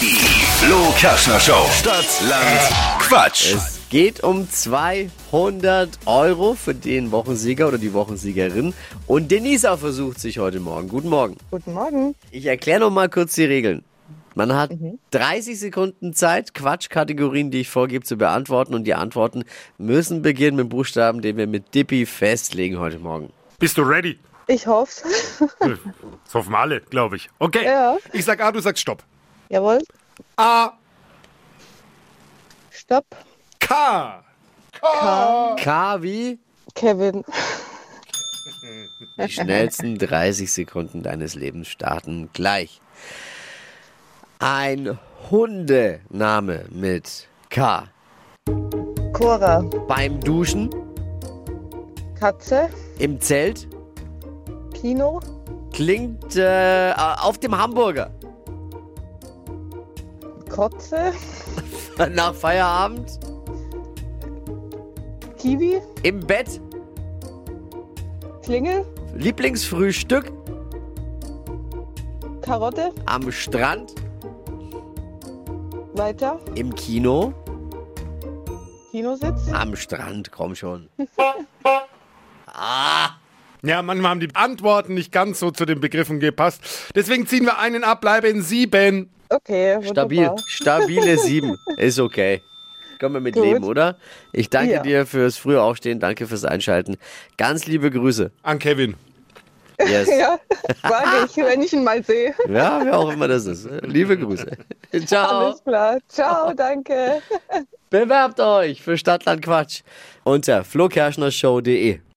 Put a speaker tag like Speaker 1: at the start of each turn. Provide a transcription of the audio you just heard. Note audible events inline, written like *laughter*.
Speaker 1: Die Flo Kerschner Show. Stadt, Land, Quatsch.
Speaker 2: Es geht um 200 Euro für den Wochensieger oder die Wochensiegerin. Und Denisa versucht sich heute Morgen. Guten Morgen.
Speaker 3: Guten Morgen.
Speaker 2: Ich erkläre noch mal kurz die Regeln. Man hat 30 Sekunden Zeit, Quatschkategorien, die ich vorgebe, zu beantworten. Und die Antworten müssen beginnen mit Buchstaben, den wir mit Dippy festlegen heute Morgen.
Speaker 4: Bist du ready?
Speaker 3: Ich hoff's.
Speaker 4: Das hoffen alle, glaube ich. Okay.
Speaker 3: Ja.
Speaker 4: Ich sag A, du sagst Stopp.
Speaker 3: *laughs* Jawohl.
Speaker 4: A,
Speaker 3: Stopp.
Speaker 4: K.
Speaker 2: K wie
Speaker 3: Kevin.
Speaker 2: die schnellsten 30 Sekunden deines Lebens starten gleich. Ein Hundename mit K.
Speaker 3: Cora.
Speaker 2: Beim Duschen,
Speaker 3: Katze.
Speaker 2: im Zelt,
Speaker 3: Kino.
Speaker 2: Klingt äh, auf dem Hamburger. *laughs*
Speaker 3: Kotze.
Speaker 2: Nach Feierabend,
Speaker 3: Kiwi.
Speaker 2: im Bett,
Speaker 3: Klingel.
Speaker 2: Lieblingsfrühstück,
Speaker 3: Karotte.
Speaker 2: am Strand,
Speaker 3: Weiter.
Speaker 2: im Kino,
Speaker 3: Kinositz.
Speaker 2: am Strand, komm schon.
Speaker 4: Ja, manchmal haben die Antworten nicht ganz so zu den Begriffen gepasst. Deswegen ziehen wir einen ab, bleiben in sieben.
Speaker 3: Okay. Wunderbar.
Speaker 2: Stabil, stabile 7, ist okay. Können wir mit
Speaker 3: Gut.
Speaker 2: leben, oder? Ich danke
Speaker 3: Ja.
Speaker 2: dir fürs frühe Aufstehen, danke fürs Einschalten. Ganz liebe Grüße.
Speaker 4: An Kevin.
Speaker 2: Yes. ja,
Speaker 3: *laughs* *laughs* Ja, sage ich, wenn ich ihn mal sehe.
Speaker 2: wer auch immer das ist. Liebe Grüße.
Speaker 3: *laughs*
Speaker 2: Ciao.
Speaker 3: Alles klar. Ciao, danke.
Speaker 2: Bewerbt euch für Stadtland Quatsch unter flokerschnershow.de.